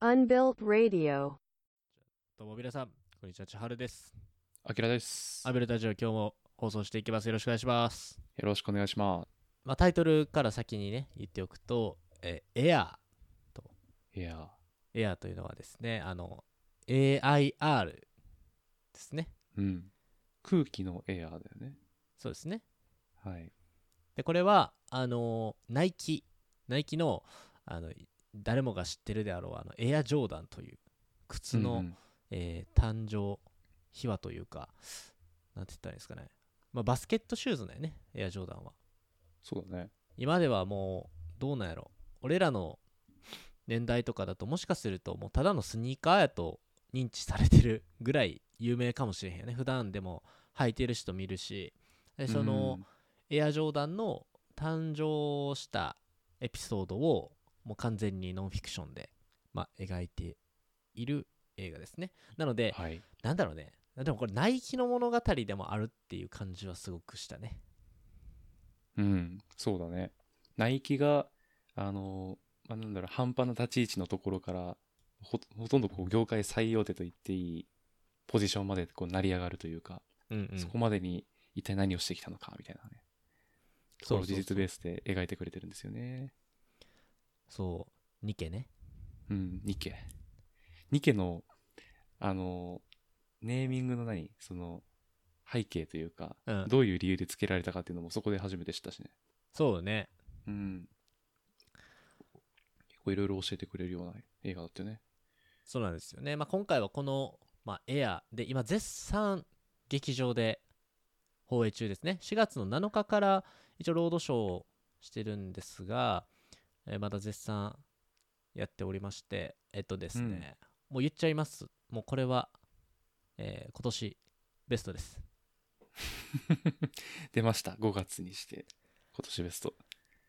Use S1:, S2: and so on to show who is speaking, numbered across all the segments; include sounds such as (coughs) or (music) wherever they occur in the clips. S1: Unbuilt Radio.
S2: どうも皆さん、こんにちは、ちはるです。
S3: あきらです。
S2: ア
S3: よ
S2: ベルラジオ、今日も放送していきます。よろしくお願いします。
S3: ろしくお願いしま
S2: まあ、タイトルから先にね、言っておくと、えエア
S3: す。いや、
S2: ー、エアーというのはですね、あの、AIR ですね。
S3: うん。空気のエアーだよね。
S2: そうですね。
S3: はい。
S2: で、これは、あの、ナイキ、ナイキの、あの、誰もが知ってるであろう、あの、エアジョーダンという靴の、
S3: うん
S2: えー誕生秘話というか、なんて言ったらいいんですかね。まあ、バスケットシューズだよね、エアジョーダンは。
S3: そうだね。
S2: 今ではもうどうなんやろ俺らの年代とかだともしかするともうただのスニーカーやと認知されてるぐらい有名かもしれへんよね普段でも履いてる人見るしでそのエアジョーダンの誕生したエピソードをもう完全にノンフィクションで、まあ、描いている映画ですねなの
S3: うん、
S2: で
S3: はい。
S2: なんだろうねでもこれナイキの物語でもあるっていう感じはすごくしたね
S3: うん、そうだね。ナイキが、あの、まあ、なんだろう、半端な立ち位置のところから、ほほとんどこう業界最大手と言っていいポジションまでこう成り上がるというか、
S2: うん、うん、
S3: そこまでに一体何をしてきたのかみたいなね、とこ
S2: そ
S3: ろ
S2: う
S3: を
S2: そ
S3: 事
S2: う
S3: 実ベースで描いてくれてるんですよね。
S2: そうニケね
S3: うん、ニケ。ニケの、あの、ネーミングの何その、背景というか、
S2: うん
S3: どういう理由で付けられたかっていうのもそこで初めて知ったしね。
S2: そうね。
S3: うん。結構いろいろ教えてくれるような映画だったよね。 (laughs)
S2: そうなんですよね。まあ、今回はこの、まあ、エアで、今、絶賛劇場で放映中ですね。4月の7日から一応、ロードショーをしてるんですが、えーまだ絶賛やっておりまして、えっとですね、もう言っちゃいます。もうこれは、えー今年ベストです。
S3: 出ました。5月にして、今年ベスト。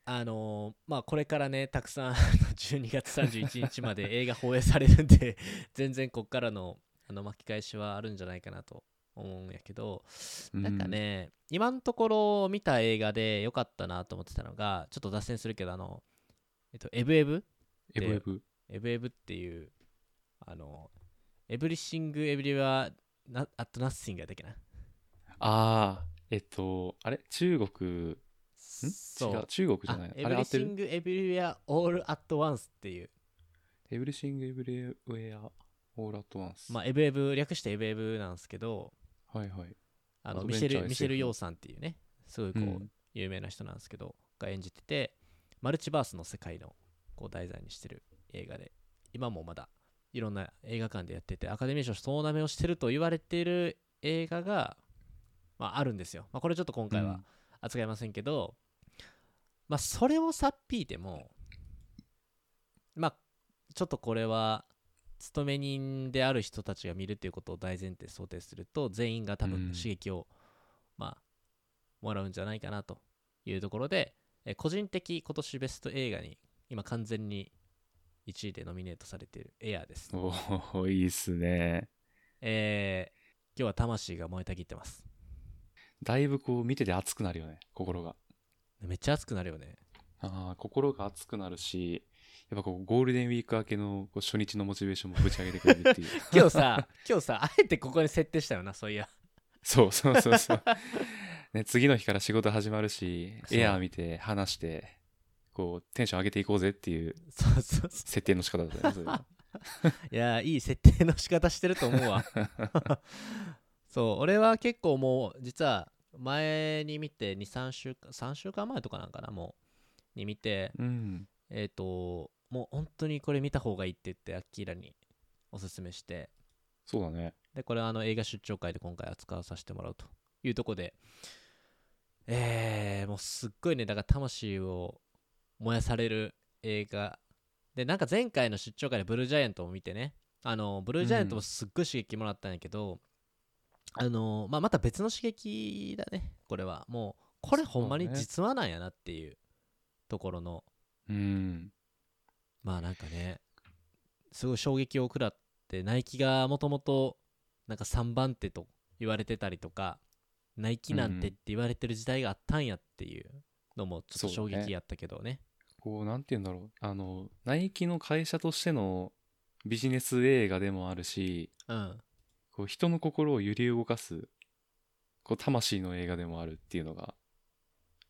S2: あのーまあこれからねたくさんあの12月31日まで映画放映されるんで (laughs) 全然こっからのあの巻き返しはあるんじゃないかなと思うんやけど
S3: うん
S2: なんかね、今のところ見た映画で良かったなと思ってたのがちょっと脱線するけどあの「えっと、エブエブ」
S3: エブエブ。
S2: エブエブっていう、あの、エブリシング・エブリは、なアットナッシングやったっけな。
S3: ああ、えっと、あれ中国、ん
S2: そ
S3: 違う。中国じゃ
S2: あ
S3: ない。あ
S2: エブ
S3: れ合
S2: リ
S3: って
S2: シ
S3: る
S2: ング・エブリウェア・オール・アット・ワンスっていう、
S3: エブリシング・エブリウェア・オーラット・ワンス。
S2: まあ、エブエブ、略してエブエブなんですけど、
S3: はいはい。
S2: あの
S3: アド
S2: ミ
S3: ベン
S2: シ
S3: チ
S2: ェル・
S3: ャー SF
S2: ミシェル・ヨーさんっていうね、すごいこう、
S3: うん
S2: 有名な人なんですけど、が演じてて、マルチバースの世界のこう題材にしてる映画で、今もまだいろんな映画館でやってて、アカデミー賞総なめをしてると言われている映画が、まあ、あるんですよ。まあ、これちょっと今回
S3: う
S2: は
S3: ん
S2: 扱いませんけど、まあ、それをさっぴいても、まあ、ちょっとこれは、勤め人である人たちが見るっていうことを大前提想定すると、全員が多
S3: うん
S2: 分刺激を、まあ、もらうんじゃないかなというところで、えー個人的今年ベスト映画に、今完全に1位でノミネートされているエアーです。
S3: おお、いいっすね。
S2: えー今日は魂が燃えたぎってます。
S3: だいぶこう見てて熱くなるよね、心が。
S2: めっちゃ熱くなるよ
S3: (laughs)
S2: ね。
S3: ああ、心が熱くなるし、やっぱこうゴールデンウィーク明けのこう初日のモチベーションもぶち上げてくれるっていう。
S2: (laughs) 今日さ今日さあえてここに設定したよなそういや
S3: (laughs) そうそうそ
S2: (laughs)
S3: うそう。ね、次の日から仕事始まるし、
S2: そう
S3: エアー見て話して、こうテンション上げていこうぜっていう
S2: そうそうそ
S3: 設定の仕方だったよねそれは。
S2: ういやいい設定の仕方してると思う
S3: (laughs)
S2: わそう俺は結構もう実は前に見て23週間3週間前とかなんかなも (laughs) うに見て
S3: うん。
S2: えっ、ともう本当にこれ見た方がいいって言ってアッキーラにおすすめして
S3: そうだね。
S2: でこれはあの映画出張会で今回扱わさせてもらうというとこでえー、もうすっごいねだから魂を燃やされる映画でなんか前回の出張会でブルージャイアントを見てねあのブルージャイアントもすっごい刺激もらったんやけど、あのまあ、また別の刺激だねこれはもうこれほんまに
S3: そうだね
S2: 実話なんやなっていうところの、
S3: うん。
S2: まあなんかねすごい衝撃を食らってナイキがもともとなんか3番手と言われてたりとかナイキなんてって言われてる時代があったんやっていうのもちょっと衝
S3: そうだ
S2: 撃
S3: ね
S2: やったけどね
S3: こう、なんて言うんだろう。あの、ナイキの会社としてのビジネス映画でもあるし、
S2: うん
S3: こう、人の心を揺り動かす、こう、魂の映画でもあるっていうのが、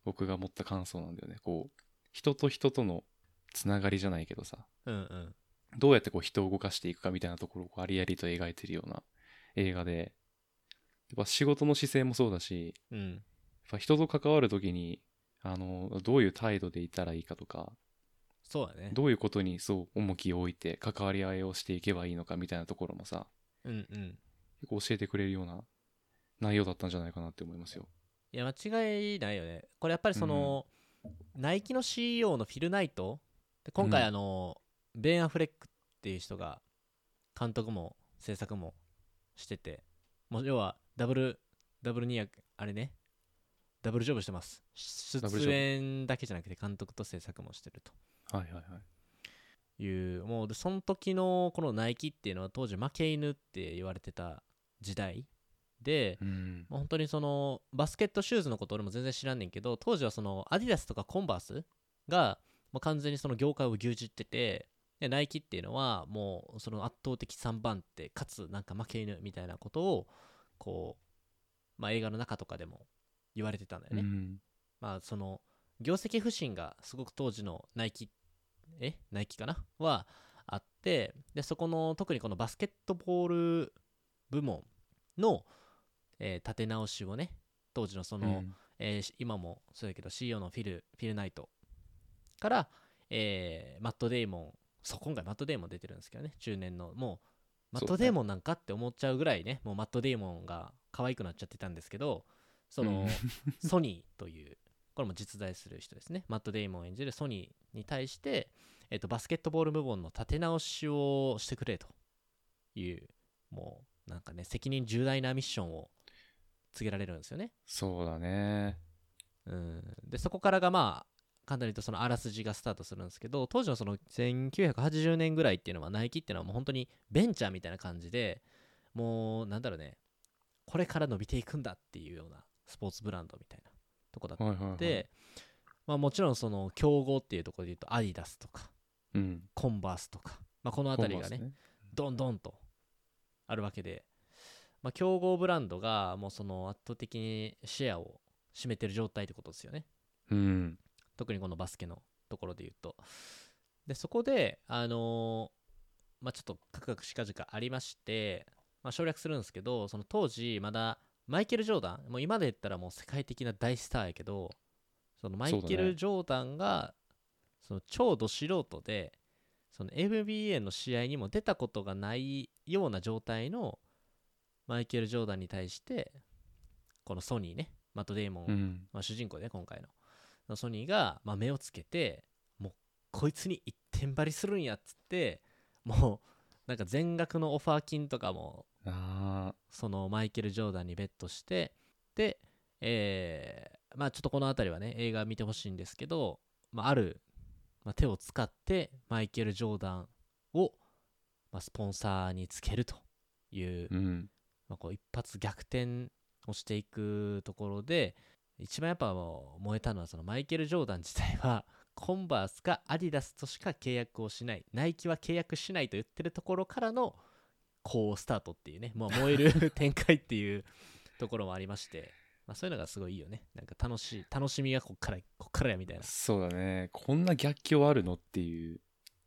S3: 僕が持った感想なんだよね。こう、人と人とのつながりじゃないけどさ、
S2: うんうん
S3: どうやってこう、人を動かしていくかみたいなところをこうありありと描いてるような映画で、やっぱ仕事の姿勢もそうだし、
S2: うん
S3: やっぱ人と関わるときに、あの、どういう態度でいたらいいかとか、
S2: そうだね
S3: どういうことにそう重きを置いて関わり合いをしていけばいいのかみたいなところもさ
S2: うんうん
S3: 結構教えてくれるような内容だったんじゃないかなって思いますよ。
S2: いや間違いないよねこれやっぱりその、ナイキの CEO のフィル・ナイトで今回
S3: うん
S2: あの、ベン・アフレックっていう人が監督も制作もしててもう要はダブルダブルにあれねダブルジョブしてます出
S3: ダブルジョブ
S2: 出演だけじゃなくて監督と制作もしてると
S3: はいはいはい。
S2: いうもうでその時のこのナイキっていうのは当時負け犬って言われてた時代で、
S3: うん。
S2: もう本当にそのバスケットシューズのこと俺も全然知らんねんけど当時はそのアディダスとかコンバースがもう完全にその業界を牛耳っててでナイキっていうのはもうその圧倒的3番手かつなんか負け犬みたいなことをこう、まあ、映画の中とかでも言われてたんだよ
S3: う
S2: ね、
S3: ん。
S2: まあその業績不振がすごく当時のナイキえナイキかなはあってでそこの特にこのバスケットボール部門の、えー立て直しをね当時のその、えーし今もそうやけど CEO のフィルフィルナイトから、えーマット・デイモンそう今回マット・デイモン出てるんですけどね中年のもうマッ
S3: そ
S2: ト・
S3: うね
S2: デイモンなんかって思っちゃうぐらいねもうマット・デイモンが可愛くなっちゃってたんですけどその、ソニーというこれも実在する人ですねマット・デイモン演じるソニーに対して、えっとバスケットボール部門の立て直しをしてくれというもうなんかね責任重大なミッションを告げられるんですよね
S3: そうだね。
S2: うん、でそこからがまあ簡単に言うとそのあらすじがスタートするんですけど当時のその1980年ぐらいっていうのはナイキっていうのはもう本当にベンチャーみたいな感じでもうなんだろうねこれから伸びていくんだっていうようなスポーツブランドみたいなとこだっ
S3: はいはい、はい。
S2: て、、まあ、もちろんその競合っていうところで言うとアディダスとか
S3: うん。
S2: コンバースとか、まあ、この辺りがね
S3: コンバース。
S2: どんどんとあるわけで、まあ、競合ブランドがもうその圧倒的にシェアを占めてる状態ってことですよね
S3: うん。
S2: 特にこのバスケのところで言うとでそこであのーまあちょっとカクカクしかじかありまして、まあ、省略するんですけどその当時まだマイケル・ジョーダンもう今で言ったらもう世界的な大スターやけどそのマイケ
S3: そうだね
S2: ル・ジョーダンがその超ど素人でその NBA の試合にも出たことがないような状態のマイケル・ジョーダンに対してこのソニーねマット・デイモン
S3: うん。
S2: まあ、主人公でね今回ののソニーが、まあ、目をつけてもうこいつに一点張りするんやっつってもうなんか全額のオファー金とかも
S3: ああ。
S2: そのマイケル・ジョーダンにベットしてで、えーまあ、ちょっとこの辺りはね映画見てほしいんですけど、まあ、ある、まあ、手を使ってマイケル・ジョーダンを、まあ、スポンサーにつけるという
S3: うん。
S2: まあ、こう一発逆転をしていくところで一番やっぱもう燃えたのはそのマイケル・ジョーダン自体は (laughs) コンバースかアディダスとしか契約をしないナイキは契約しないと言ってるところからのこうスタートっていうね、まあ、燃え (laughs) る展開っていうところもありまして、まあ、そういうのがすごいいいよねなんか楽しい楽しみがこっからこっからやみたいな
S3: そうだね。こんな逆境あるのっていう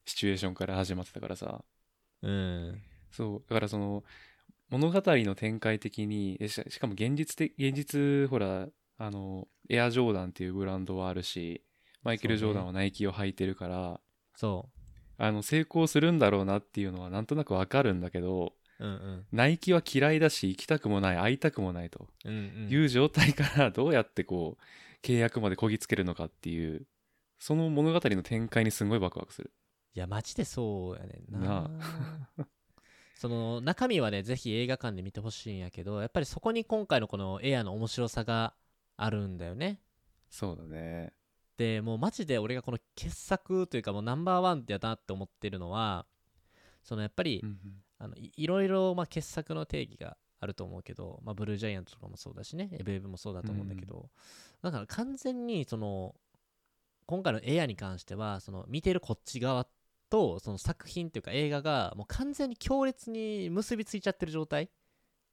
S3: シチュエーションから始まってたからさ。
S2: うん
S3: そう。だからその、物語の展開的に、えししかも現実的、現実、ほら、あの、エアジョーダンっていうブランドはあるし、マイケル・ジ
S2: そう
S3: ョー
S2: ね
S3: ダンはナイキを履いてるから、
S2: そ
S3: あの、成功するんだろうなっていうのはなんとなくわかるんだけど、
S2: ううんうん
S3: ナイキは嫌いだし、行きたくもない、会いたくもないと
S2: うんうん
S3: いう状態から、どうやってこう、契約までこぎつけるのかっていう、その物語の展開にすごいワクワクする。
S2: いや、マジでそうやねんな。(laughs)
S3: な
S2: その中身はね、ぜひ映画館で見てほしいんやけど、やっぱりそこに今回のこのエアの面白さがあるんだよね。
S3: そうだね。
S2: で、もうマジで俺がこの傑作というか、もうナンバーワンやなって思ってるのは、そのやっぱり、あのいいろいろまあ傑作の定義があると思うけど、まあ、ブルージャイアントとかもそうだしねエブエブもそうだと思うんだけど、だから完全にその今回のエアに関してはその見てるこっち側とその作品というか映画がもう完全に強烈に結びついちゃってる状態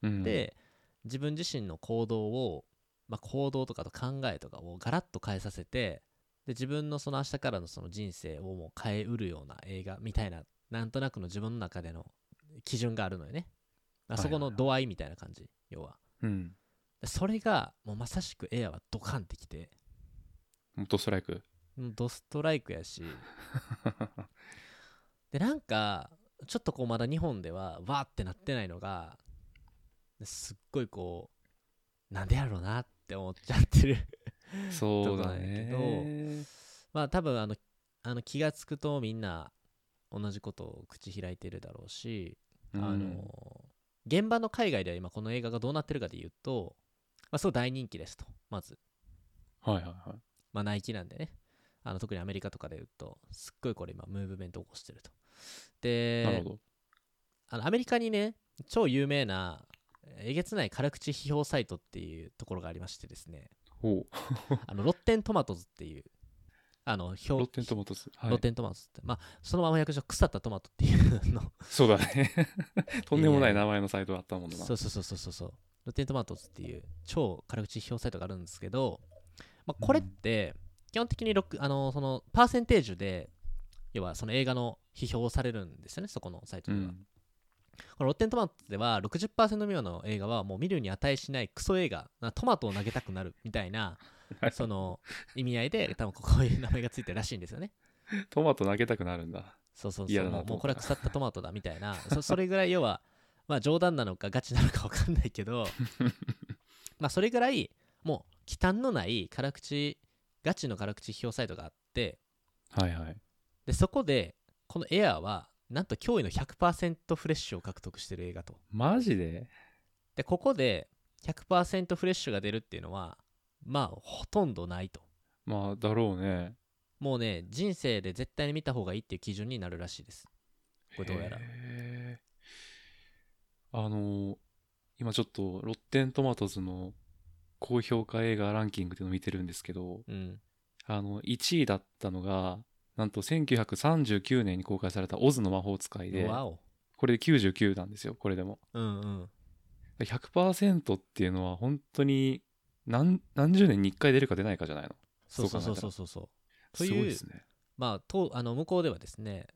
S3: うん、
S2: で、自分自身の行動を、まあ、行動とかと考えとかをガラッと変えさせてで自分のその明日からのその人生をもう変えうるような映画みたいななんとなくの自分の中での基準があるのよね、まあ、そこ
S3: はい
S2: の
S3: はいはい
S2: 度合いみたいな感じ、要は
S3: うん、
S2: でそれがもうまさしくエアはドカンってきて
S3: 元ストライク
S2: もうドストライクや
S3: (laughs)
S2: しでなんかちょっとこうまだ日本ではわーってなってないのがすっごいこうなんでやろうなって思っちゃってる
S3: (laughs) そうだ
S2: とこなん
S3: ね
S2: まあ多分あのあの気がつくとみんな同じことを口開いてるだろうし、あ
S3: うん
S2: の現場の海外では今この映画がどうなってるかで言うと、まあ、すごい大人気ですとまず
S3: はいはいはい
S2: まあ、ナイキなんでねあの特にアメリカとかで言うとすっごいこれ今ムーブメント起こしてると
S3: な
S2: で
S3: るほど
S2: あのアメリカにね超有名なえげつない辛口批評サイトっていうところがありましてですね
S3: おう
S2: あのロッテントマトズっていうあの表
S3: ロッテントマトス、はい
S2: ロッ、テントマトズって、まあ、そのまま訳すと腐ったトマトっていうの
S3: そうだね (laughs) とんでもない名前のサイトがあったもんな
S2: そうそうそうそうそうそうロッテントマトズっていう超辛口批評サイトがあるんですけど、まあ、これって基本的にロックあのそのパーセンテージで要はその映画の批評をされるんですよねそこのサイト
S3: う
S2: では、
S3: ん、
S2: このロッテントマトズでは60%未満の映画はもう見るに値しないクソ映画なトマトを投げたくなるみたいなその意味合いで多分こういう名前がついてるらしいんですよね
S3: トマト投げたくなるんだ
S2: そうそうそ
S3: 嫌
S2: う
S3: だな
S2: もう
S3: と
S2: も
S3: 思
S2: う
S3: った
S2: これは腐ったトマトだみたいなそそれぐらい要はまあ冗談なのかガチなのか分かんないけ
S3: (laughs)
S2: どまあそれぐらいもう忌憚のない辛口ガチの辛口批評サイトがあって
S3: はいはい
S2: でそこでこのエアーはなんと驚異の100%フレッシュを獲得してる映画と
S3: マジで
S2: でここで100%フレッシュが出るっていうのはまあほとんどないと
S3: まあだろうね
S2: もうね人生で絶対に見た方がいいっていう基準になるらしいですこれどうやら
S3: へーあのー今ちょっとロッテントマトズの高評価映画ランキングっていうのを見てるんですけど
S2: うん
S3: あの1位だったのがなんと1939年に公開された「オズの魔法使いで」
S2: わお
S3: これで99なんですよこれでも
S2: うんうん
S3: 100%っていうのは本当に何何十年に1回出るか出ないかじゃないの
S2: そうそうそうう
S3: そ考え
S2: そう
S3: たら
S2: そうそう。と
S3: すごい
S2: い
S3: で
S2: う、
S3: すね
S2: まあ、とあの向こうではですね、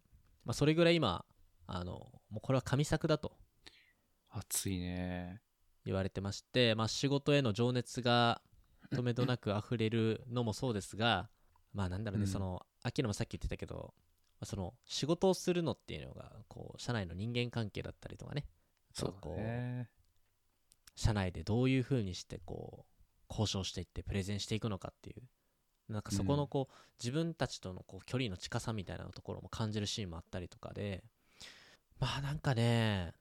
S2: まあ、それぐらい今、あのもうこれは神作だと
S3: 熱いね
S2: 言われてまして、まあ、仕事への情熱がとめどなく溢れるのもそうですが、まあ、なんだろうね、
S3: うん
S2: その、秋野もさっき言ってたけど、まあその仕事をするのっていうのが、こう、社内の人間関係だったりとかね、
S3: そうだね
S2: 社内でどういうふうにしてこう交渉していってプレゼンしていくのかっていうなんかそこ
S3: う
S2: の
S3: ん
S2: こう、自分たちとのこう距離の近さみたいなところも感じるシーンもあったりとかでまあなんかね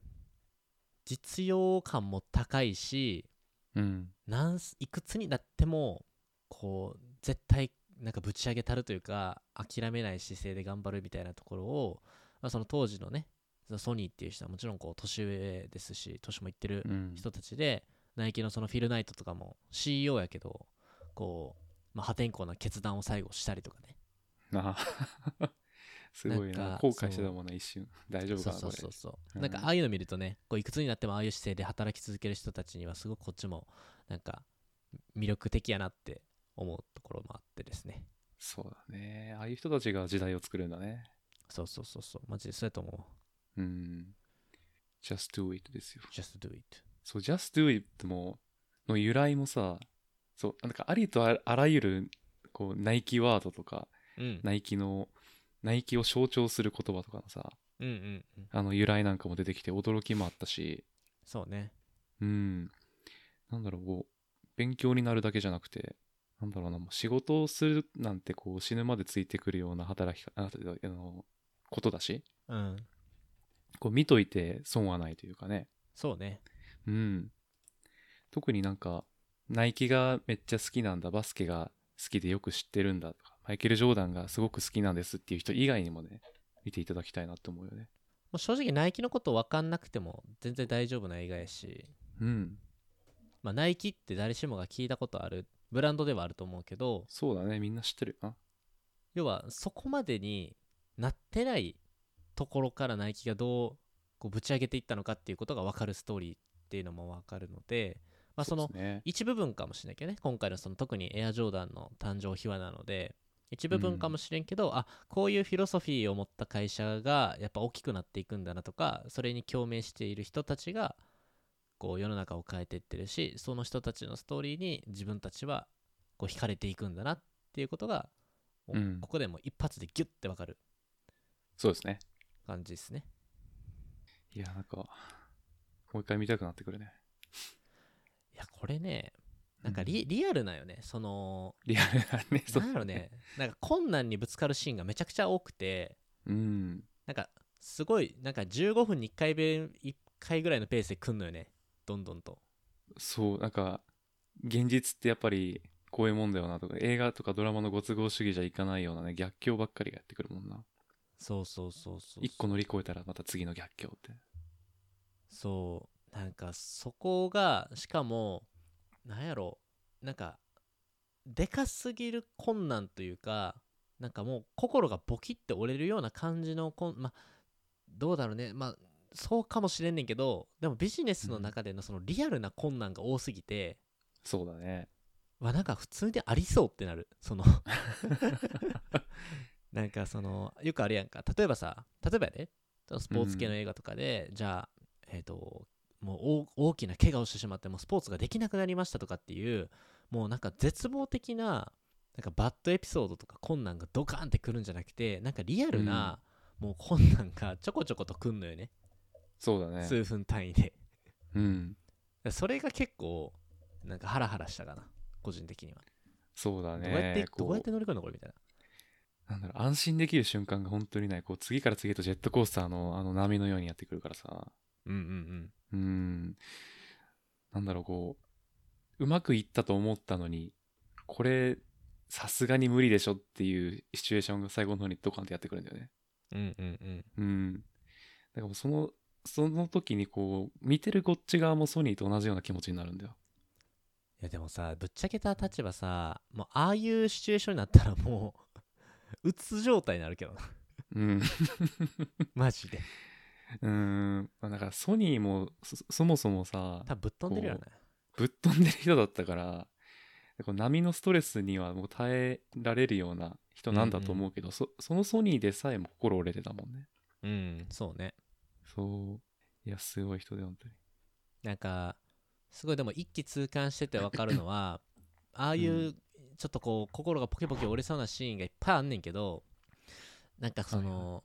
S2: 実用感も高いし
S3: うん
S2: なんすいくつになってもこう絶対なんかぶち上げたるというか諦めない姿勢で頑張るみたいなところを、まあ、その当時のねそのソニーっていう人はもちろんこう年上ですし年もいってる
S3: うん
S2: 人たちで、ナイキのそのフィル・ナイトとかも CEO やけどこう、まあ、破天荒な決断を最後したりとかね
S3: な (laughs) あすごい
S2: なん
S3: な
S2: か
S3: 後悔してたもんね一瞬大丈夫
S2: そ
S3: か
S2: う
S3: な
S2: そ
S3: こ
S2: う
S3: れ
S2: そうそう
S3: うん
S2: なんかああいうの見るとねこういくつになってもああいう姿勢で働き続ける人たちにはすごくこっちもなんか魅力的やなって思うところもあってですね
S3: そうだねああいう人たちが時代を作るんだね
S2: そうそうそうそうマジでそうやと思う
S3: うん Just do it ですよ
S2: just do it
S3: そう Just do it もの由来もさそうなんかありとあらあらゆるこうナイキワードとか
S2: うん
S3: ナイキのナイキを象徴する言葉とかのさ
S2: うんうんうん
S3: あの由来なんかも出てきて驚きもあったし
S2: そうね
S3: うんなんだろうこう勉強になるだけじゃなくてなんだろうなもう仕事をするなんてこう死ぬまでついてくるような働きかああのことだし
S2: うん
S3: こう見といて損はないというかね
S2: そうね
S3: うん。特になんか、ナイキがめっちゃ好きなんだ、バスケが好きでよく知ってるんだとか、マイケル・ジョーダンがすごく好きなんですっていう人以外にもね、見ていただきたいなと思うよね。
S2: もう正直ナイキのこと分かんなくても全然大丈夫な映画やし
S3: うん。
S2: まあ、ナイキって誰しもが聞いたことあるブランドではあると思うけど、
S3: そうだね、みんな知ってるよな。
S2: 要はそこまでになってないところからナイキがどうこうぶち上げていったのかっていうことが分かるストーリーっていうのも分かるので、まあ、その
S3: うですね
S2: 一部分かもしれないけどね今回のその特にエアジョーダンの誕生秘話なので一部分かもしれんけど、あこういうフィロソフィーを持った会社がやっぱ大きくなっていくんだなとかそれに共鳴している人たちがこう世の中を変えていってるしその人たちのストーリーに自分たちはこう惹かれていくんだなっていうことが、もう
S3: うん
S2: ここでもう一発でギュッてわかる
S3: そうですね。
S2: 感じですね。
S3: いや、なんか、もう一回見たくなってくるね。
S2: いやこれねなんかリ,、リアルなよねその
S3: リアルだね。そう
S2: なんだろうねなんか困難にぶつかるシーンがめちゃくちゃ多くて
S3: うん。
S2: なんかすごいなんか15分に1回分1回ぐらいのペースで来んのよねどんどんと
S3: そう、なんか、現実ってやっぱり、こういうもんだよなとか、映画とかドラマのご都合主義じゃいかないようなね、逆境ばっかりがやってくるもんな。
S2: そうそうそうそう
S3: 一個乗り越えたらまた次の逆境って。
S2: そうなんかそこがしかもなんやろなんかでかすぎる困難というかなんかもう心がボキって折れるような感じのこんまあどうだろうねまあそうかもしれんねんけどでもビジネスの中でのそのリアルな困難が多すぎて、
S3: そうだね。
S2: わなんか普通にありそうってなるそ (laughs) のなんかそのよくあるやんか例えばさ例えばやでそのスポーツ系の映画とかで、じゃあえっ、ともう大大きな怪我をしてしまってもうスポーツができなくなりましたとかっていうもうなんか絶望的ななんかバッドエピソードとか困難がドカーンってくるんじゃなくてなんかリアルな、もう困難がちょこちょことくんのよね
S3: そうだね。
S2: 数分単位で
S3: うん。
S2: それが結構なんかハラハラしたかな個人的には、
S3: そうだね。
S2: どうやって
S3: こ
S2: どうやって乗り越えるのこれみたいな
S3: なんだろう、安心できる瞬間が本当にない。こう、次から次へとジェットコースターのあの波のようにやってくるからさ。
S2: うんうんうん
S3: うーん。なんだろう、こう、うまくいったと思ったのに、これ、さすがに無理でしょっていうシチュエーションが最後の方にドカンとやってくるんだよね。
S2: うんうんうん
S3: うん。だからもうその、その時にこう、見てるこっち側もソニーと同じような気持ちになるんだよ。
S2: いやでもさぶっちゃけた立場さもうああいうシチュエーションになったらもう (laughs) うつ状態になるけどな (laughs)
S3: うん。
S2: マジで
S3: うーん。まあだからソニーもそ、そもそもさ、
S2: 多分ぶっ飛んでるよね
S3: ぶっ飛んでる人だったからこう波のストレスにはもう耐えられるような人なんだと思うけど、そそのソニーでさえも心折れてたもんね
S2: うんそうね
S3: そういやすごい人で本当に
S2: なんかすごいでも一気通貫してて分かるのはああ (laughs) いう、
S3: う
S2: ちょっとこう心がポキポキ折れそうなシーンがいっぱいあんねんけどなんかそ
S3: はい
S2: の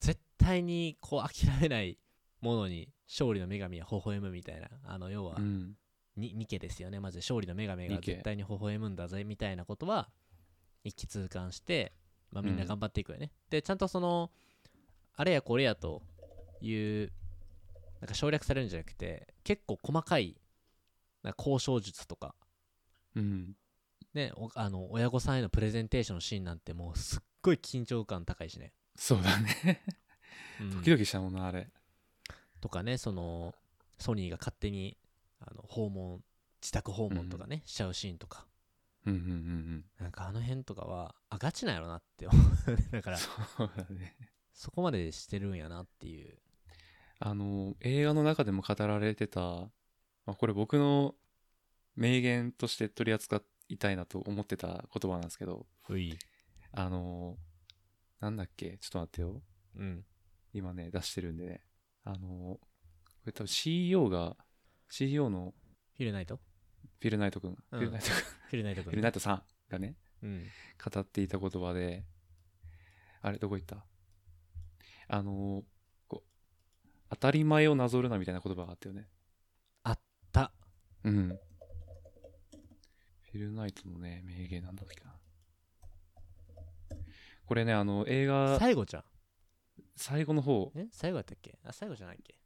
S2: 絶対にこう諦めないものに勝利の女神は微笑むみたいなあの要は
S3: うん
S2: にニケですよねまず勝利の女神が
S3: ニケ
S2: 絶対に微笑むんだぜみたいなことは一気通貫して、まあ、みんな
S3: うん
S2: 頑張っていくよね、でちゃんとそのあれやこれやというなんか省略されるんじゃなくて結構細かいなんか交渉術とか、
S3: うん
S2: ね、おあの親御さんへのプレゼンテーションのシーンなんてもうすっごい緊張感高いしね、
S3: そう
S2: (laughs)
S3: だね
S2: うん
S3: ドキドキしたもんなあれ
S2: とかねそのソニーが勝手にあの訪問自宅訪問とかね、しちゃうシーンとか
S3: うんうんうん
S2: なんかあの辺とかはあガチなんやろなって思う、ね、だか
S3: うん
S2: ら
S3: そうだね
S2: そこまでしてるんやなっていう
S3: あの映画の中でも語られてた、まあ、これ僕の名言として取り扱いたいなと思ってた言葉なんですけど
S2: うい
S3: あのなんだっけちょっと待ってよ
S2: うん
S3: 今ね、出してるんでね。あの、これ多分 CEO が、CEO の
S2: フィルナイト
S3: フィルナイト君、
S2: うん
S3: フィルナイト君、
S2: フィルナイト
S3: フ
S2: 君
S3: ィルナイトさんがね、
S2: うん
S3: 語っていた言葉で、あれ、どこ行ったあの、こう、当たり前をなぞるなみたいな言葉があったよね。
S2: た
S3: うん。フィルナイトのね、名言なんだっけな。これね、あの、映画、
S2: 最後じゃん
S3: 最後の方、
S2: え最後やったっけあ最後じゃないっけ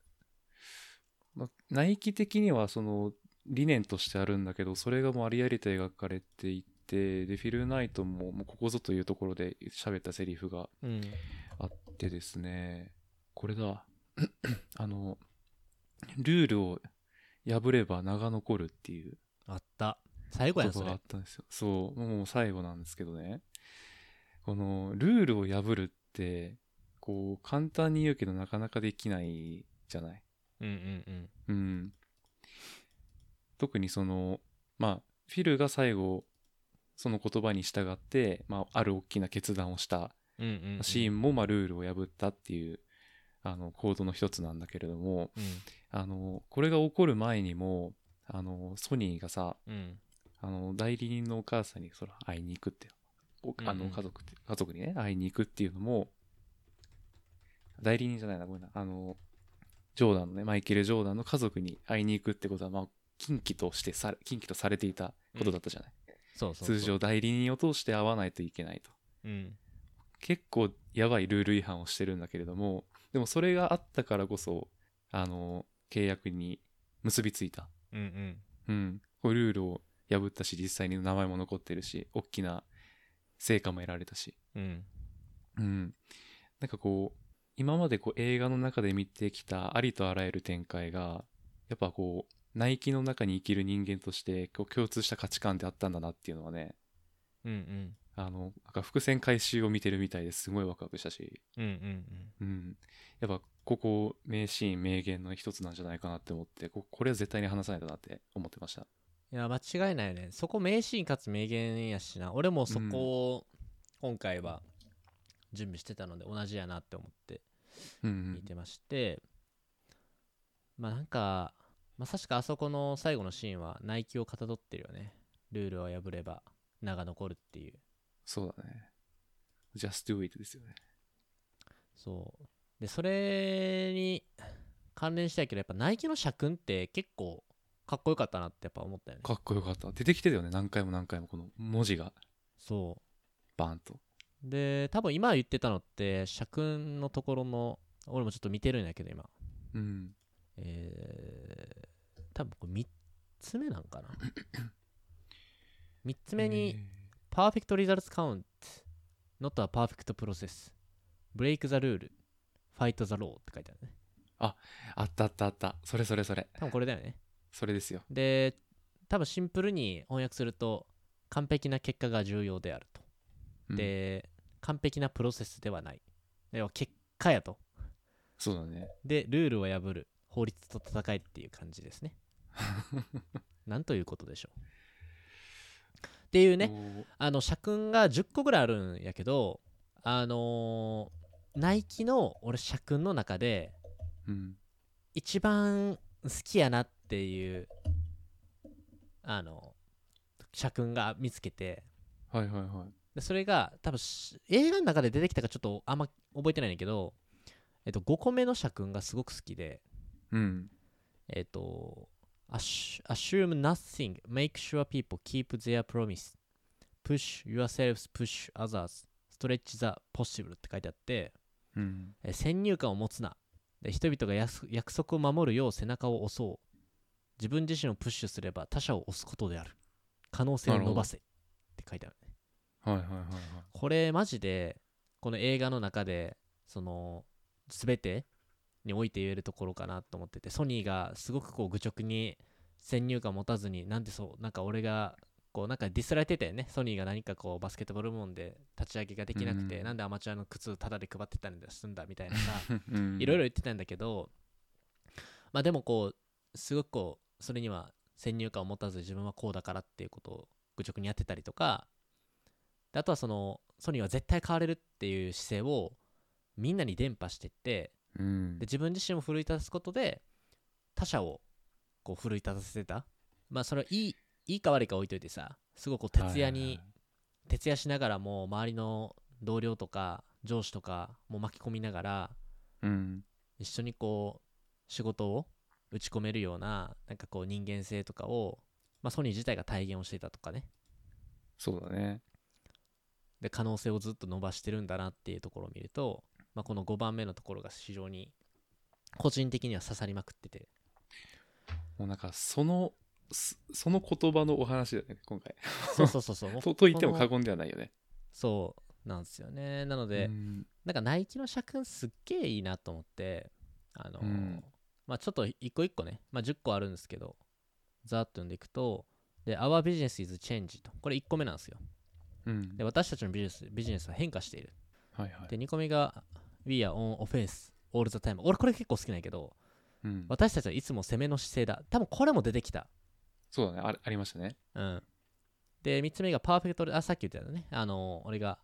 S3: まあ、ナイキ的にはその理念としてあるんだけどそれがもうありありと描かれていてでフィル・ナイトももうここぞというところで喋ったセリフが
S2: うん
S3: あってですねこれだ (clears throat) あのルールを破れば名が残るっていう
S2: あった最後や
S3: 言
S2: ん
S3: 葉
S2: そ
S3: があ
S2: れ
S3: ったんですよそうもう最後なんですけどねこのルールを破るって、こう簡単に言うけどなかなかできないじゃない。
S2: うんうんうん
S3: うん。特にその、まあ、フィルが最後、その言葉に従って、まあ、ある大きな決断をした
S2: うんうんうん
S3: シーンも、まあ、ルールを破ったっていう、あの、行動の一つなんだけれども、あの、これが起こる前にも、あの、ソニーがさ、
S2: うんうん
S3: あの、代理人のお母さんに、そら、会いに行くって、おあ
S2: うんう
S3: の、
S2: ん
S3: 家族って、家族にね、会いに行くっていうのも、代理人じゃないな、ごめんな、あの、ジョーダンのね、マイケル・ジョーダンの家族に会いに行くってことは、まあ、近畿としてされ、近畿とされていたことだったじゃない。
S2: そうそうそう
S3: 通常、代理人を通して会わないといけないと。
S2: うん
S3: 結構やばいルール違反をしてるんだけれども、でもそれがあったからこそ、あの、契約に結びついた
S2: うんうん
S3: うん、こうルールを破ったし実際に名前も残ってるし大きな成果も得られたし、
S2: うん
S3: うん、なんかこう今までこう映画の中で見てきたありとあらゆる展開がやっぱこうナイキの中に生きる人間としてこう共通した価値観であったんだなっていうのはね
S2: うんうん
S3: あのなんか伏線回収を見てるみたいですごいワクワクしたし、
S2: うんうん
S3: うん、やっぱここ名シーン名言の一つなんじゃないかなって思ってここれは絶対に話さないとなって思ってました。
S2: いや間違いないよねそこ名シーンかつ名言やしな俺もそこを今回は準備してたので同じやなって思って
S3: うん
S2: 見てまして、まあなんかまさしくあそこの最後のシーンはナイキをかたどってるよねルールを破れば名が残るっていう
S3: そうだね。just do it ですよね。
S2: そうでそれに関連したいけどやっぱナイキの社訓って結構かっこよかったなってやっぱ思ったよね
S3: かっこよかった。出てきてたよね。何回も何回もこの文字が
S2: そう
S3: バーンと。
S2: で多分今言ってたのって社訓のところの俺もちょっと見てるんだけど今
S3: うん。
S2: えー、多分これ3つ目なんか
S3: (coughs)
S2: な3つ目に「パーフェクト・リザルツ・カウント」「Not a perfect process」「Break the rule」「Fight the law」って書いてあるね
S3: えーあったあったあった。それそれそれ。
S2: 多分これだよね
S3: それですよ。
S2: で多分シンプルに翻訳すると完璧な結果が重要であると
S3: うん、
S2: で完璧なプロセスではないでは結果やと
S3: そうだね。
S2: でルールを破る法律と戦いっていう感じですねなんということでしょうっていうね
S3: ね。
S2: あの社訓が10個ぐらいあるんやけどあのーナイキの俺社訓の中で
S3: うん。
S2: 一番好きやなっていうあの社訓が見つけて
S3: はいはいはい。
S2: でそれが多分し映画の中で出てきたかちょっとあんま覚えてないんやけど、えっと、5個目の社訓がすごく好きで
S3: うん。
S2: えっ、と、Assu- assume nothing, make sure people keep their promise, push yourselves, push others, stretch the possible って書いてあって、
S3: うん。
S2: えー先入観を持つな。で人々がやす約束を守るよう背中を押そう。自分自身をプッシュすれば他者を押すことである。可能性を伸ばせ。って書いてある。
S3: はいはいはいはい。
S2: これマジでこの映画の中でその全てにおいて言えるところかなと思っててソニーがすごくこう愚直に先入観持たずになんでそうなんか俺がこうなんかディスられてたよねソニーが何かこうバスケットボール部門で立ち上げができなくて、
S3: うん
S2: なんでアマチュアの靴タダで配ってたんだすんだみたいなさ
S3: うん
S2: いろいろ言ってたんだけどまあでもこうすごくこうそれには先入観を持たず自分はこうだからっていうことを愚直にやってたりとかであとはそのソニーは絶対変われるっていう姿勢をみんなに伝播してって
S3: うん
S2: で自分自身を奮い立たすことで他者をこう奮い立たせてたまあそれはいいいいか悪いか置いといてさすごくこう徹夜に、
S3: はいはいはい
S2: 徹夜しながらも周りの同僚とか上司とかも巻き込みながら
S3: うん。
S2: 一緒にこう仕事を打ち込めるようななんかこう人間性とかを、まあ、ソニー自体が体現をしていたとかね
S3: そうだね。
S2: で可能性をずっと伸ばしてるんだなっていうところを見ると、まあ、この5番目のところが非常に個人的には刺さりまくってて
S3: もうなんかその、すその言葉のお話だよね、今回。
S2: そうそう
S3: (laughs)
S2: そうそうもう
S3: とと言っても
S2: この
S3: 過言ではないよね。
S2: そうなんですよねなので、
S3: うん
S2: なんかナイキの社訓すっげえいいなと思ってあのー、
S3: うん
S2: まあちょっと一個一個ね、まあ、10個あるんですけどざーっと読んでいくとで Our business is change とこれ1個目なんですよ
S3: うん
S2: で私たちのビジネスビジネスは変化している
S3: はいはい
S2: で2個目が We are on offense all the time 俺これ結構好きなんやけど
S3: うん、
S2: 私たちはいつも攻めの姿勢だ多分これも出てきた
S3: そうだねあありましたね
S2: うんで3つ目がパーフェクトレあさっき言ってたのねあの俺が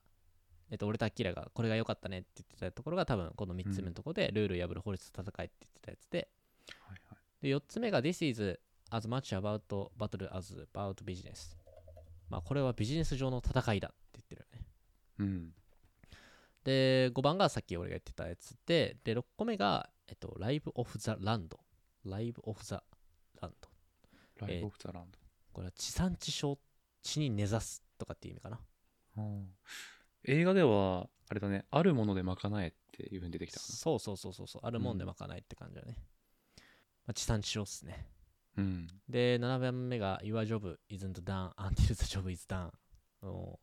S2: えっと、俺とアキラがこれが良かったねって言ってたところが多分この3つ目のところで、ルール破る法律と戦いって言ってたやつで
S3: はいはい
S2: で4つ目が This is as much about battle as about business まあこれはビジネス上の戦いだって言ってるよね
S3: うん
S2: で5番がさっき俺が言ってたやつでで6個目が、えっと、ライブ・オフ・ザ・ランドライブ・オフ・ザ・ランド
S3: ライブオフザランド、
S2: これは地産地消地に根ざすとかっていう意味かな
S3: うん映画ではあれだねあるもので賄えっていうふうに出てきたか
S2: そうそうそうそうそうあるもんで
S3: うん
S2: まかないって感じだね、まあ、地産地消っすね
S3: なうん
S2: で7番目が Your job isn't done until the job is done も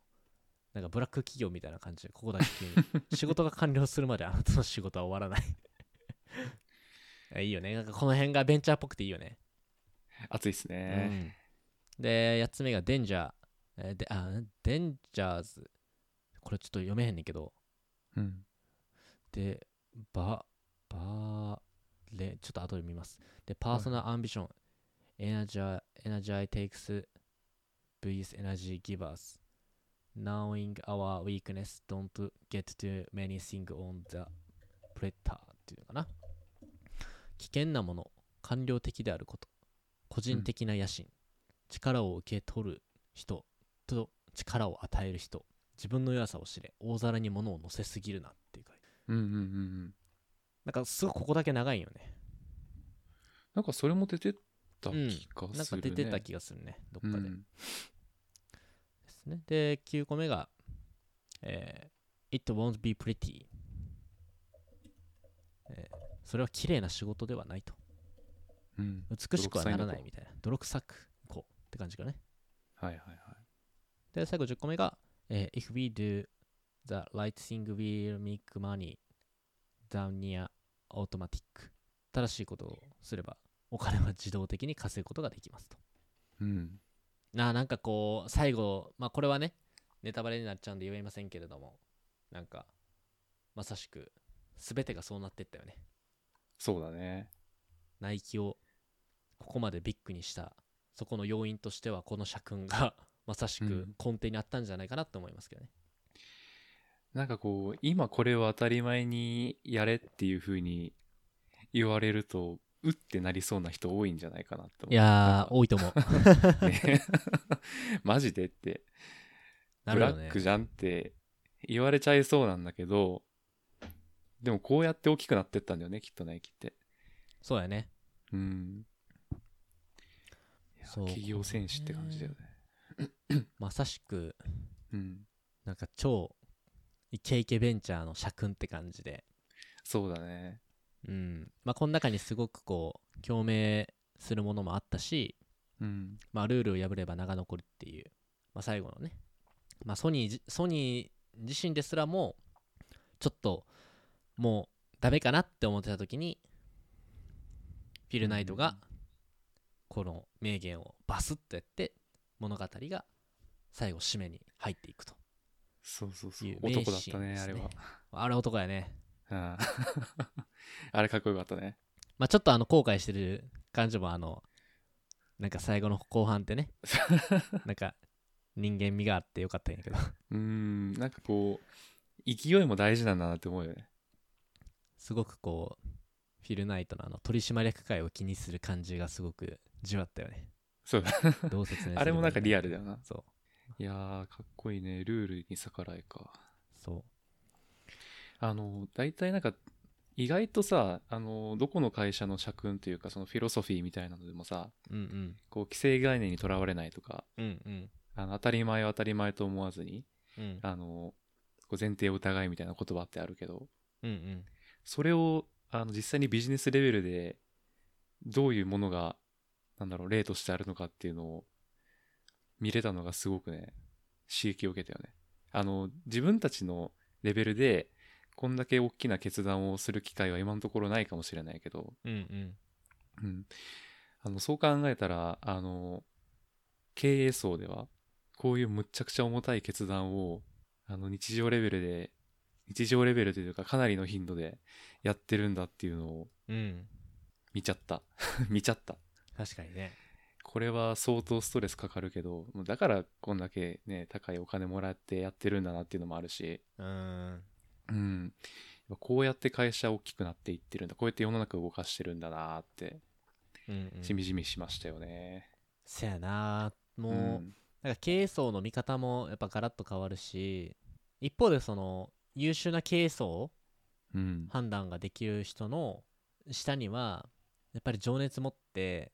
S2: うなんかブラック企業みたいな感じでここだけ急に
S3: (laughs)
S2: 仕事が完了するまであなたの仕事は終わらない (laughs) いいよねなんかこの辺がベンチャーっぽくていいよね
S3: 熱いっすね、
S2: うんで、8つ目がデンジャー。えーであ、デンジャーズ。これちょっと読めへんねんけど。
S3: うん
S2: で、バ、バーレ、ちょっと後で見ます。で、パーソナルアンビション。エナジャー、エナジャイテイクス、VS エナジーギバーズ。Knowing our weakness, don't get too many things on the platter っていうのかな。危険なもの、官僚的であること、個人的な野心、力を受け取る人と力を与える人、自分の弱さを知れ、大皿に物を乗せすぎるなっていうか、
S3: うんうんうんうん
S2: なんかすごいここだけ長いんよね。
S3: なんかそれも出てた
S2: うん
S3: 気がする、ね
S2: なんか出てた気がするね、どっかで。
S3: うん
S2: ですね。で、9個目が、えー It won't be pretty、えーそれは綺麗な仕事ではないと。
S3: うん、
S2: 美しくはならない
S3: 泥臭いんだと
S2: みたいな。泥臭く、こうって感じかね。
S3: はいはいはい
S2: で、最後10個目が、えー If we do the right thing, we'll make money down near automatic。正しいことをすれば、お金は自動的に稼ぐことができますと。
S3: うん
S2: ななんかこう最後まあこれはねネタバレになっちゃうんで言えませんけれどもなんかまさしく全てがそうなってったよね
S3: そうだね
S2: ナイキをここまでビッグにしたそこの要因としてはこの社訓が (laughs) まさし
S3: う
S2: く
S3: ん
S2: 根底にあったんじゃないかなと思いますけどね、
S3: なんかこう今これを当たり前にやれっていうふうに言われるとうってなりそうな人多いんじゃないかなって思う
S2: いやー多いと思う
S3: ね (laughs) マジでって、
S2: (laughs) な
S3: ブ
S2: るよ
S3: ラ
S2: ね
S3: ックじゃんって言われちゃいそうなんだけど、でもこうやって大きくなってったんだよね、きっとナイキって。
S2: そうやね
S3: うん。いや
S2: そう
S3: 企業戦士って感じだよね。
S2: まさしく
S3: うん。
S2: なんか超イケイケベンチャーの社訓って感じで
S3: そうだね。
S2: うんまあこの中にすごくこう共鳴するものもあったし
S3: うん。
S2: まあ、ルールを破れば名が残るっていう、まあ、最後のね、まあ、ソニーじソニー自身ですらもちょっともうダメかなって思ってた時にフィル・ナイトがこの名言をバスッとやって物語が最後締めに入っていくと
S3: そうそうそう
S2: いう。名
S3: 男
S2: シーン
S3: だったね、
S2: です
S3: あれ
S2: ね
S3: は。
S2: あれ男やね、
S3: うん (laughs) あれかっこよかったね。
S2: まあ、ちょっとあの後悔してる感じもあのなんか最後の後半ってねなんか人間味があってよかったんやけど
S3: うん。なんかこう、勢いも大事なんだなって思うよね。
S2: すごくこうフィルナイトのあの取締役会を気にする感じがすごくじわったよ
S3: (laughs)
S2: ね
S3: そうだ。
S2: どう説明する
S3: あれもなんかリ
S2: ア
S3: アルだよな。
S2: そう
S3: いやー、かっこいいね。ルールに逆らえか。
S2: そ
S3: あの、大体なんか、意外とさ、あの、どこの会社の社訓というか、そのフィロソフィーみたいなのでもさ、
S2: ううん
S3: こう、既成概念にとらわれないとか、
S2: うんうんうん
S3: あの、当たり前は当たり前と思わずに、
S2: うん
S3: あの、こう前提を疑いみたいな言葉ってあるけど、
S2: うんうん
S3: それを、あの、実際にビジネスレベルで、どういうものが、なんだろう、例としてあるのかっていうのを、見れたのがすごくね、刺激を受けたよね。あの、自分たちのレベルで、こんだけ大きな決断をする機会は今のところないかもしれないけど、
S2: うんうん
S3: うん。あの、そう考えたら、あの、経営層では、こういうむっちゃくちゃ重たい決断を、あの、日常レベルで、日常レベルというか、かなりの頻度でやってるんだっていうのを
S2: うん
S3: 見ちゃった。 (laughs) 見ちゃった。
S2: 確かにね
S3: これは相当ストレスかかるけど、もうだからこんだけね、高いお金もらってやってるんだなっていうのもあるし、
S2: うーん
S3: うん。やっぱこうやって会社大きくなっていってるんだ。こうやって世の中動かしてるんだなって、
S2: うん、うん、
S3: しみじみしましたよね。
S2: せやなもう、
S3: うん。
S2: なんか経営層の見方もやっぱガラッと変わるし一方でその優秀な経営層
S3: うん。
S2: 判断ができる人の下にはやっぱり情熱持って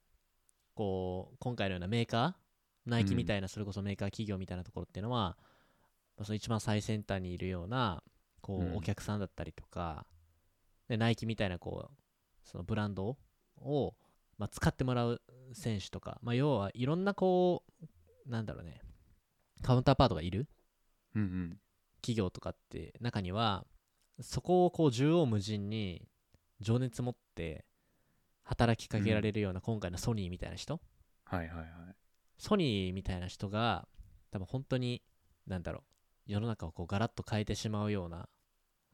S2: こう今回のようなメーカーナイキみたいな、それこそメーカー企業みたいなところっていうのは、まあ、その一番最先端にいるようなこう、
S3: うん
S2: お客さんだったりとかでナイキみたいなこうそのブランドを、まあ、使ってもらう選手とか、まあ、要はいろんなこうなんだろうねカウンターパートがいる
S3: うんうん。
S2: 企業とかって中にはそこをこう縦横無尽に情熱持って働きかけられるような今回のソニーみたいな人、
S3: はいはいはい。
S2: ソニーみたいな人が多分本当に何だろう世の中をこうガラッと変えてしまうような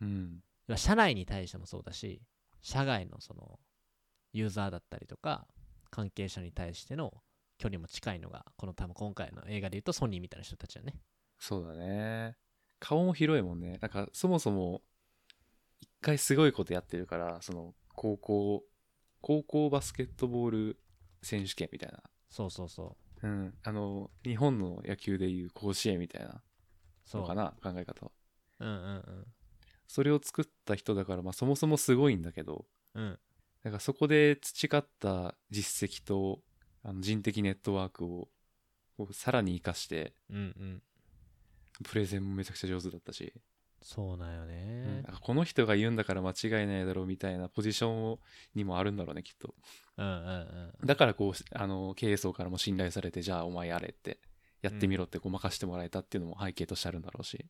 S3: うん。
S2: 要は社内に対してもそうだし社外のそのユーザーだったりとか関係者に対しての距離も近いのがこの多分今回の映画で言うとソニーみたいな人たちだね
S3: そうだね。顔も広いもんね。なんか、そもそも、一回すごいことやってるから、その、高校、高校バスケットボール選手権みたいな。
S2: そうそうそう
S3: うん。あの、日本の野球でいう甲子園みたいな
S2: そう
S3: のかな、考え方は。
S2: うんうん
S3: それを作った人だから、まあそもそもすごいんだけど、
S2: うんうん
S3: なんかそこで培った実績と、あの人的ネットワークを、こうさらに活かして、
S2: うんうん
S3: プレゼンもめちゃくちゃ上手だったし、
S2: そうなんよ
S3: うん
S2: ね。
S3: あこの人が言うんだから間違いないだろうみたいなポジションをにもあるんだろうねきっと
S2: うんうんうん。
S3: だからこうあの経営層からも信頼されてじゃあお前やれってやってみろってごまかしてもらえたっていうのも背景としてあるんだろうし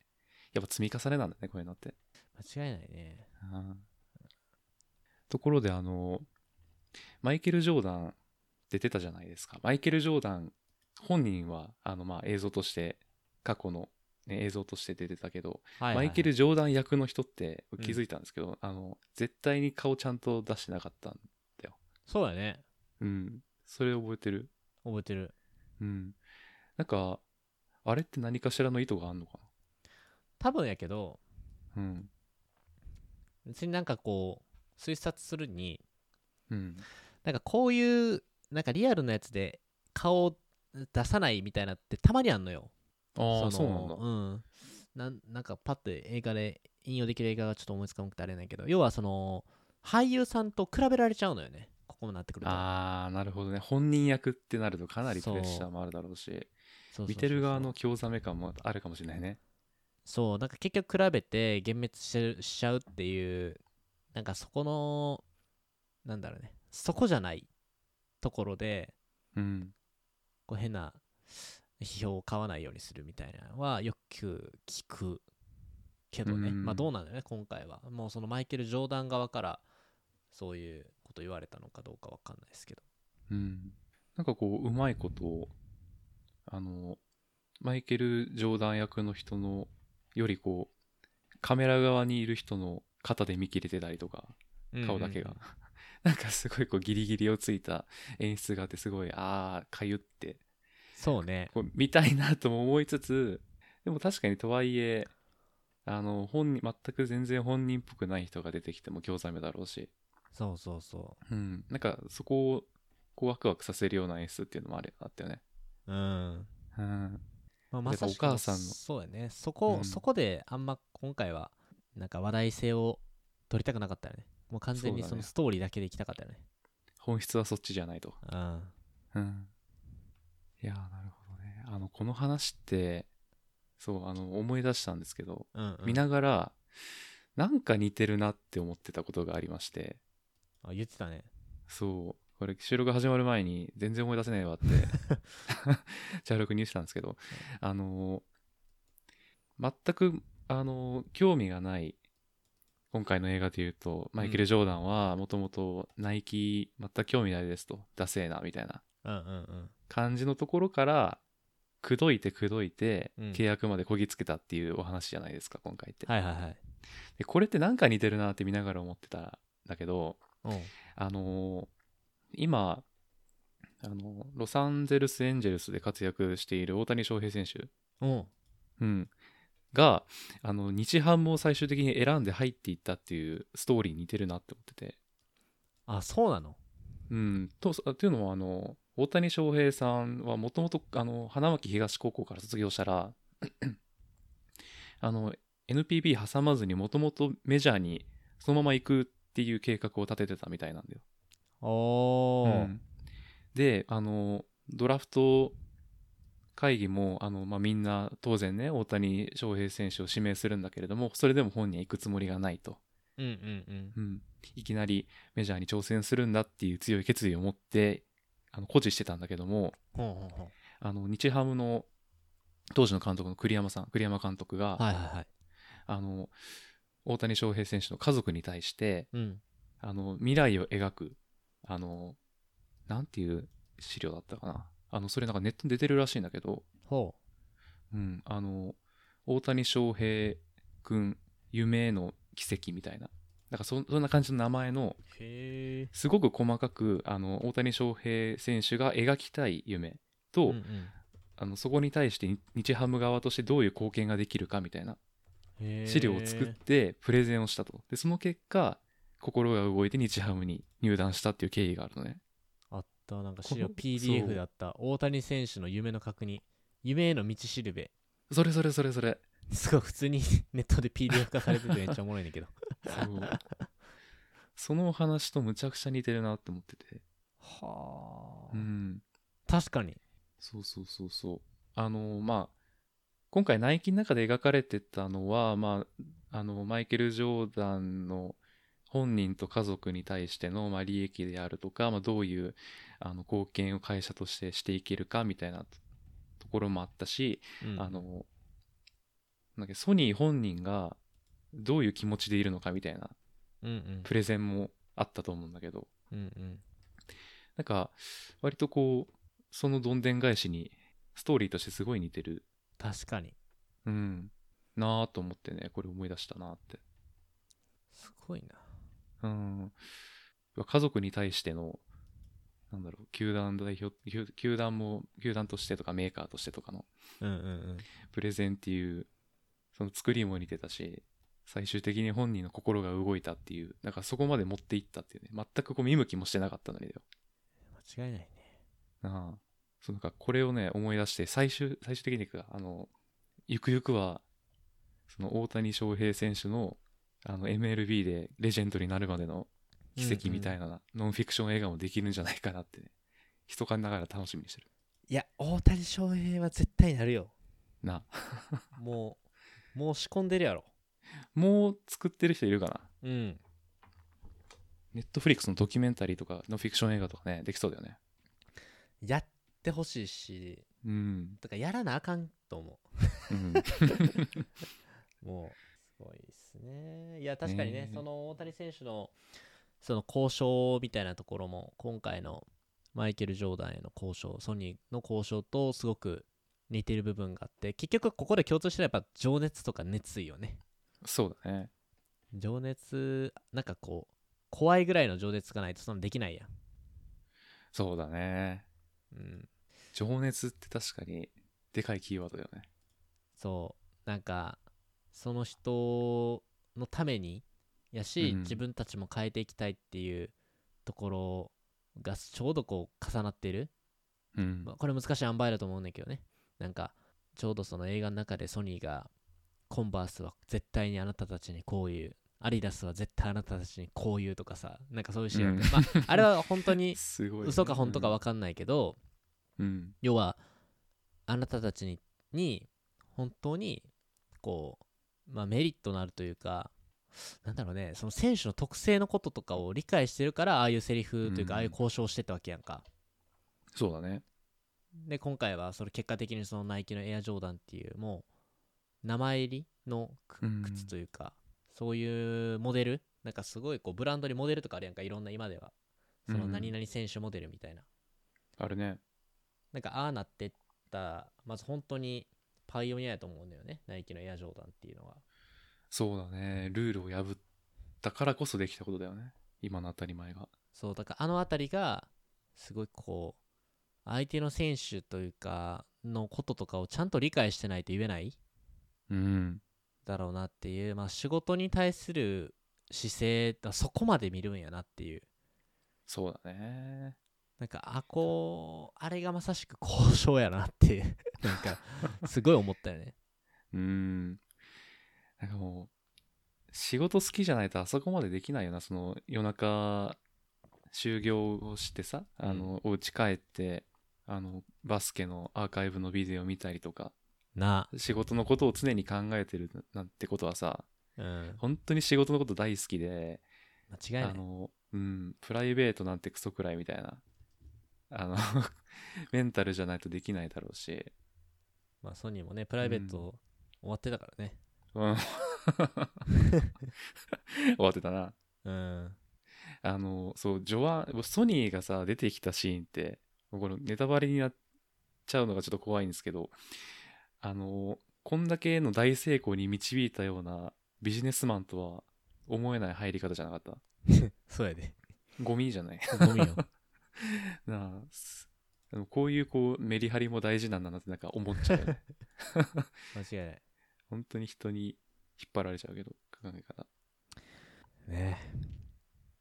S3: やっぱ積み重ねなんだねこういうのって、
S2: 間違いないね。
S3: うんところであのマイケル・ジョーダン出てたじゃないですかマイケル・ジョーダン本人はあのまあ映像として過去の、ね、映像として出てたけど
S2: はい
S3: マイケル・
S2: ジ
S3: ジョーダン役の人って
S2: ん
S3: 気づいたんですけど、あの絶対に顔ちゃんと出してなかった
S2: そうだね。
S3: うんそれ覚えてる
S2: 覚えてる。
S3: うんなんかあれって何かしらの意図があんのか
S2: 多分やけど、
S3: なうん
S2: 別になんかこう、推察するに、
S3: うん
S2: なんかこういう、なんかリアルなやつで顔を出さないみたいなってたまにあんのよ。
S3: ああ
S2: の
S3: そうなんだ
S2: うん。なんなんかパッて映画で引用できる映画がちょっと思いつかなくてあれなんやけど、要はその、俳優さんと比べられちゃうのよね。ここもなってくると。
S3: あーなるほどね本人役ってなるとかなりプレッシャーもあるだろうし
S2: そうそうそうそう
S3: 見てる側の興ざめ感もあるかもしれないね
S2: そうなんか結局比べて幻滅しちゃうっていうなんかそこのなんだろうねそこじゃないところで
S3: うん
S2: こう変な批評を買わないようにするみたいなのはよく聞くけどね、
S3: うん
S2: まあどうなんだよね今回はもうそのマイケル・ジョーダン側からそういうこと言われたのかどうかわかんないですけど
S3: うんなんかこううまいことをあのマイケル・ジョーダン役の人のよりこうカメラ側にいる人の肩で見切れてたりとか顔だけが、 (laughs) なんかすごいこうギリギリをついた演出があってすごいああかゆって
S2: そうね
S3: こう見たいなとも思いつつでも確かにとはいえあの本人全く全然本人っぽくない人が出てきても興ざめだろうし、
S2: そうそうそ
S3: うん、なんかそこをこうワクワクさせるような演出っていうのもあれあったよね
S2: ううん
S3: うん
S2: まあ、
S3: だ
S2: ま
S3: か
S2: さ
S3: ら
S2: しく
S3: お母さんの
S2: そうやねそこ、
S3: うん
S2: そこであんま今回はなんか話題性を取りたくなかったよねもう完全に
S3: そうだね
S2: そのストーリーだけでいきたかったよね
S3: 本質はそっちじゃないと。
S2: う
S3: うん。いやー、なるほどね。あの、この話って、そう、あの、思い出したんですけど、
S2: んうん、うん、
S3: 見ながら、なんか似てるなって思ってたことがありまして、
S2: あ言ってたね
S3: そう、これ収録始まる前に全然思い出せない
S2: (laughs)
S3: わって、 (laughs) チャルクに言ってたんですけど、あのー、全く、あのー、興味がない、今回の映画で言うと、マイケル・ジョーダンはもともとナイキ全く興味ないですと、ダセーな、みたいな。
S2: うんうんうん
S3: 感じのところから口説いて口説いて
S2: うん
S3: 契約までこぎつけたっていうお話じゃないですか、今回って、
S2: はいはいはい
S3: でこれってなんか似てるなって見ながら思ってたんだけど
S2: うん
S3: あのー今あのロサンゼルス・エンジェルスで活躍している大谷翔平選手、
S2: うん
S3: うん、があの日ハムを最終的に選んで入っていったっていうストーリーに似てるなって思ってて、
S2: あそうなの
S3: うん、とあというのはあの大谷翔平さんはもともとあの花巻東高校から卒業したらあの NPB 挟まずにもともとメジャーにそのまま行くっていう計画を立ててたみたいなんだよ。
S2: おー、
S3: うんであのドラフト会議もあの、まあ、みんな当然ね大谷翔平選手を指名するんだけれどもそれでも本人は行くつもりがないと、
S2: うんうんうん
S3: うんいきなりメジャーに挑戦するんだっていう強い決意を持ってあの固辞してたんだけども
S2: ほんほんほん
S3: あの日ハムの当時の監督の栗山さん栗山監督
S2: は
S3: が、
S2: いはいはい
S3: あの大谷翔平選手の家族に対して
S2: うん
S3: あの未来を描くあのなんていう資料だったかなあのそれなんかネットに出てるらしいんだけど、
S2: ほ
S3: うん、あの大谷翔平君夢への奇跡みたいななんかそそんな感じの名前の
S2: うへえ
S3: すごく細かくあの大谷翔平選手が描きたい夢
S2: う
S3: と、
S2: んうん
S3: あのそこに対して日日ハム側としてどういう貢献ができるかみたいな資料を作っ
S2: へー
S3: てプレゼンをしたとでその結果心が動いて日ハムに入団したっていう経緯があるのね
S2: あったなんか
S3: こ
S2: 資料
S3: の
S2: PDF
S3: そう
S2: だった大谷選手の夢の確認夢への道しるべ
S3: それそれそれそれ
S2: すごい普通に (laughs) ネットで PDF 化されててめっちゃおもろいんだけど
S3: そう
S2: (laughs)
S3: そのお話とむちゃくちゃ似てるなって思ってて
S2: はあ、
S3: うん
S2: 確かに
S3: そうそうそうそうあのまあ今回ナイキの中で描かれてたのは、まあ、あのマイケル・ジョーダンの本人と家族に対しての、まあ、利益であるとか、まあ、どういうあの貢献を会社としてしていけるかみたいなとところもあったし、
S2: うん
S3: あの、なんだっけソニー本人がどういう気持ちでいるのかみたいな
S2: うんうん
S3: プレゼンもあったと思うんだけど、
S2: うんうん
S3: なんか、割とこう、そのどんでん返しに、ストーリーとしてすごい似てる、
S2: 確かに
S3: うん、なぁと思ってね、これ思い出したなって。
S2: すごいな
S3: うん。家族に対しての、なんだろう、球団代表、球球団も、球団としてとかメーカーとしてとかの
S2: うんうんうん
S3: プレゼンっていう、その作りも似てたし、最終的に本人の心が動いたっていう、なんかそこまで持っていったっていうね、全くこう見向きもしてなかったのにだよ。
S2: 間違いないね
S3: なあ。そうなんかこれをね、思い出して、最終、最終的にか、あの、ゆくゆくは、その大谷翔平選手の、あの、MLB でレジェンドになるまでの奇跡みたいな、ノンフィクション映画もできるんじゃないかなってね、密かにながら楽しみにしてる。
S2: いや大谷翔平は絶対なるよ
S3: なあ。
S2: もうもう仕込んでるやろ
S3: もう作ってる人いるかな
S2: うん
S3: ネットフリックスのドキュメンタリーとか、ノンフィクション映画とかね、できそうだよね。
S2: やってほしいし
S3: うん。
S2: だからやらなあかんと思
S3: うん、 (laughs)
S2: うもうすごいですねいや確かにね
S3: ねえ
S2: その大谷選手のその交渉みたいなところも今回のマイケル・ジョーダンへの交渉ソニーの交渉とすごく似てる部分があって結局ここで共通してるのはやっぱ情熱とか熱意よね
S3: そうだね。
S2: 情熱なんかこう怖いぐらいの情熱がないとそんなできないやん
S3: そうだね。
S2: うん、
S3: 情熱って確かに、でかいキーワードだよね。
S2: そうなんかその人のためにやし、
S3: うん
S2: 自分たちも変えていきたいっていうところがちょうどこう重なってる、
S3: うん
S2: まあ、これ難しい塩梅だと思うんだけどねなんかちょうどその映画の中でソニーがコンバースは絶対にあなたたちにこういうアディダスは絶対あなたたちにこういうとかさなんかそういうシーンあって、まあ、あれは本当に
S3: (laughs) すごいね、
S2: 嘘か本当か分かんないけど、
S3: うん。
S2: 要はあなたたちにに本当にこう、まあ、メリットのあるというかなんだろうねその選手の特性のこととかを理解してるからああいうセリフというか、
S3: うん
S2: ああいう交渉をしてたわけやんか
S3: そうだね。
S2: で今回はそれ結果的にそのナイキのエアジョーダンっていうもう名前入りのく
S3: うん
S2: 靴というか、そういうモデルなんかすごいこうブランドにモデルとかあるやんかいろんな今ではその
S3: うん
S2: 何々選手モデルみたいな、
S3: あれね。
S2: なんかああなってったまず本当にパイオニアやと思うんだよねナイキのエアジョーダンっていうのは
S3: そうだね。ルールを破ったからこそできたことだよね。今の当たり前が。
S2: そうだからあの辺りがすごいこう相手の選手というかのこととかをちゃんと理解してないと言えない
S3: うん。
S2: だろうなっていう、まあ、仕事に対する姿勢だそこまで見るんやなっていう
S3: そうだね。
S2: なんかあこうあれがまさしく交渉やなって (laughs) なんかすごい思ったよね
S3: うん。なんかもう、仕事好きじゃないとあそこまでできないよな。その夜中、就業をしてさ、あの、お家帰って、あの、バスケのアーカイブのビデオ見たりとか、
S2: な
S3: 仕事のことを常に考えてるなんてことはさ、
S2: うん
S3: 本当に仕事のこと大好きで、
S2: 間違いな
S3: あ
S2: い
S3: の、うん、プライベートなんてクソくらいみたいな、あの、 (laughs) メンタルじゃないとできないだろうし、 (laughs)
S2: まあソニーもねプライベート終わってたからね
S3: うん。終わってたな。
S2: うん
S3: あの、そう、ジョアン、ソニーがさ、出てきたシーンって、これネタバレになっちゃうのがちょっと怖いんですけど、あの、こんだけの大成功に導いたようなビジネスマンとは思えない入り方じゃなかった。
S2: そうやで
S3: ゴミじゃない。
S2: ゴミよ
S3: なあすあのこういうこうメリハリも大事なんだなってなんか思っちゃう (laughs) よね
S2: (laughs) 間違いない
S3: 本当に人に引っ張られちゃうけど考え方
S2: ね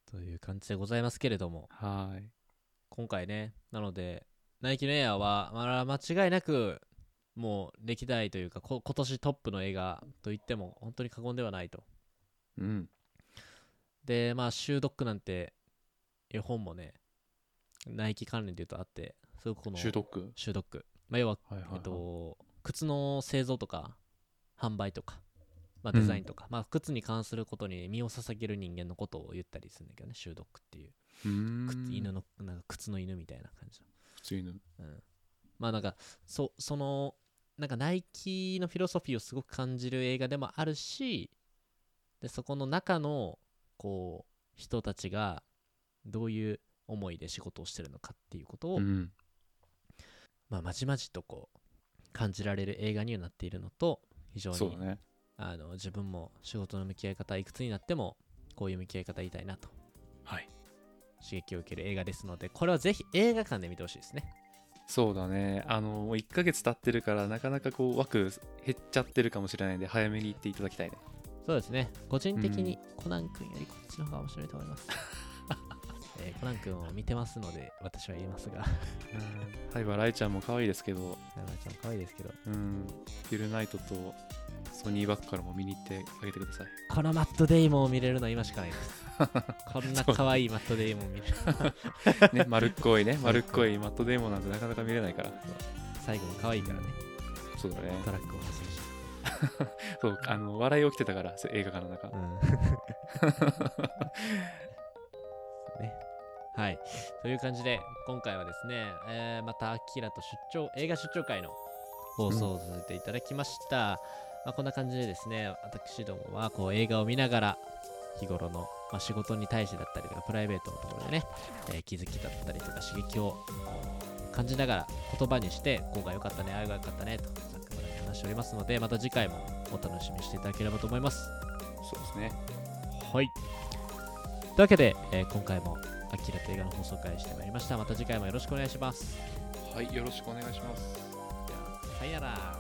S2: という感じでございますけれども
S3: はーい
S2: 今回ねなのでナイキのエアは、まあ、間違いなくもう歴代というかこ今年トップの映画と言っても本当に過言ではないと
S3: うん
S2: でまあ「シュードック」なんて絵本もねナイキ関連で言うとあってすごくこの
S3: 習得
S2: シュードックまあ、要は、
S3: はいはい、はい
S2: えっと、靴の製造とか販売とか、まあ、デザインとか、まあ、靴に関することに身を捧げる人間のことを言ったりするんだけどねシュードックっていう
S3: うーん
S2: 靴犬のなんか靴の犬みたいな感じの
S3: 普通犬
S2: うん、まあなんかそそのなんかナイキのフィロソフィーをすごく感じる映画でもあるしでそこの中のこう人たちがどういう思いで仕事をしてるのかっていうことを、
S3: うん
S2: まあ、まじまじとこう感じられる映画にはなっているのと非常
S3: そう
S2: に、
S3: だね
S2: あの自分も仕事の向き合い方いくつになってもこういう向き合い方言いたいなと
S3: はい
S2: 刺激を受ける映画ですのでこれはぜひ映画館で見てほしいですね
S3: そうだねあのもう1ヶ月経ってるからなかなかこう枠減っちゃってるかもしれないんで早めに行っていただきたいね
S2: そうですね。個人的
S3: う
S2: にコナン君よりこっちの方が面白いと思い (laughs) ます。えーコナン君を見てますので、私は言えますが。
S3: うんはいバライちゃんも可愛いですけど
S2: 山ちゃん可愛いですけど。
S3: うんヒルナイトとソニーバックからも見に行ってあげてください (laughs)
S2: このマットデイモンを見れるのは今しかない (laughs) です。こんな可愛いマットデイモンを (laughs) 見れる。
S3: ね、丸っこいね、丸っこいマットデーモンなんてなかなか見れないから。
S2: 最後も可愛いからね。
S3: そうだね。
S2: トラックを走るし。
S3: そう、あの、笑い起きてたから、映画館の
S2: (laughs)
S3: 中。
S2: うん。ね。はい。という感じで、今回はですね、えーまたアキラと出張、映画出張会の放送をさせていただきました。まあ、こんな感じでですね、私どもはこう映画を見ながら、日頃の、まあ、仕事に対してだったりとか、プライベートのところでね、えー気づきだったりとか、刺激をうん感じながら言葉にして、こうが良かったね、ああが良かったねと、ざっくばらんに話しておりますので、また次回もお楽しみにしていただければと思います。
S3: そうですね。
S2: はい。というわけで、えー今回もアキラと映画の放送会してまいりました。また次回もよろしくお願いします。
S3: はい、よろしくお願いします。
S2: ではさよなら。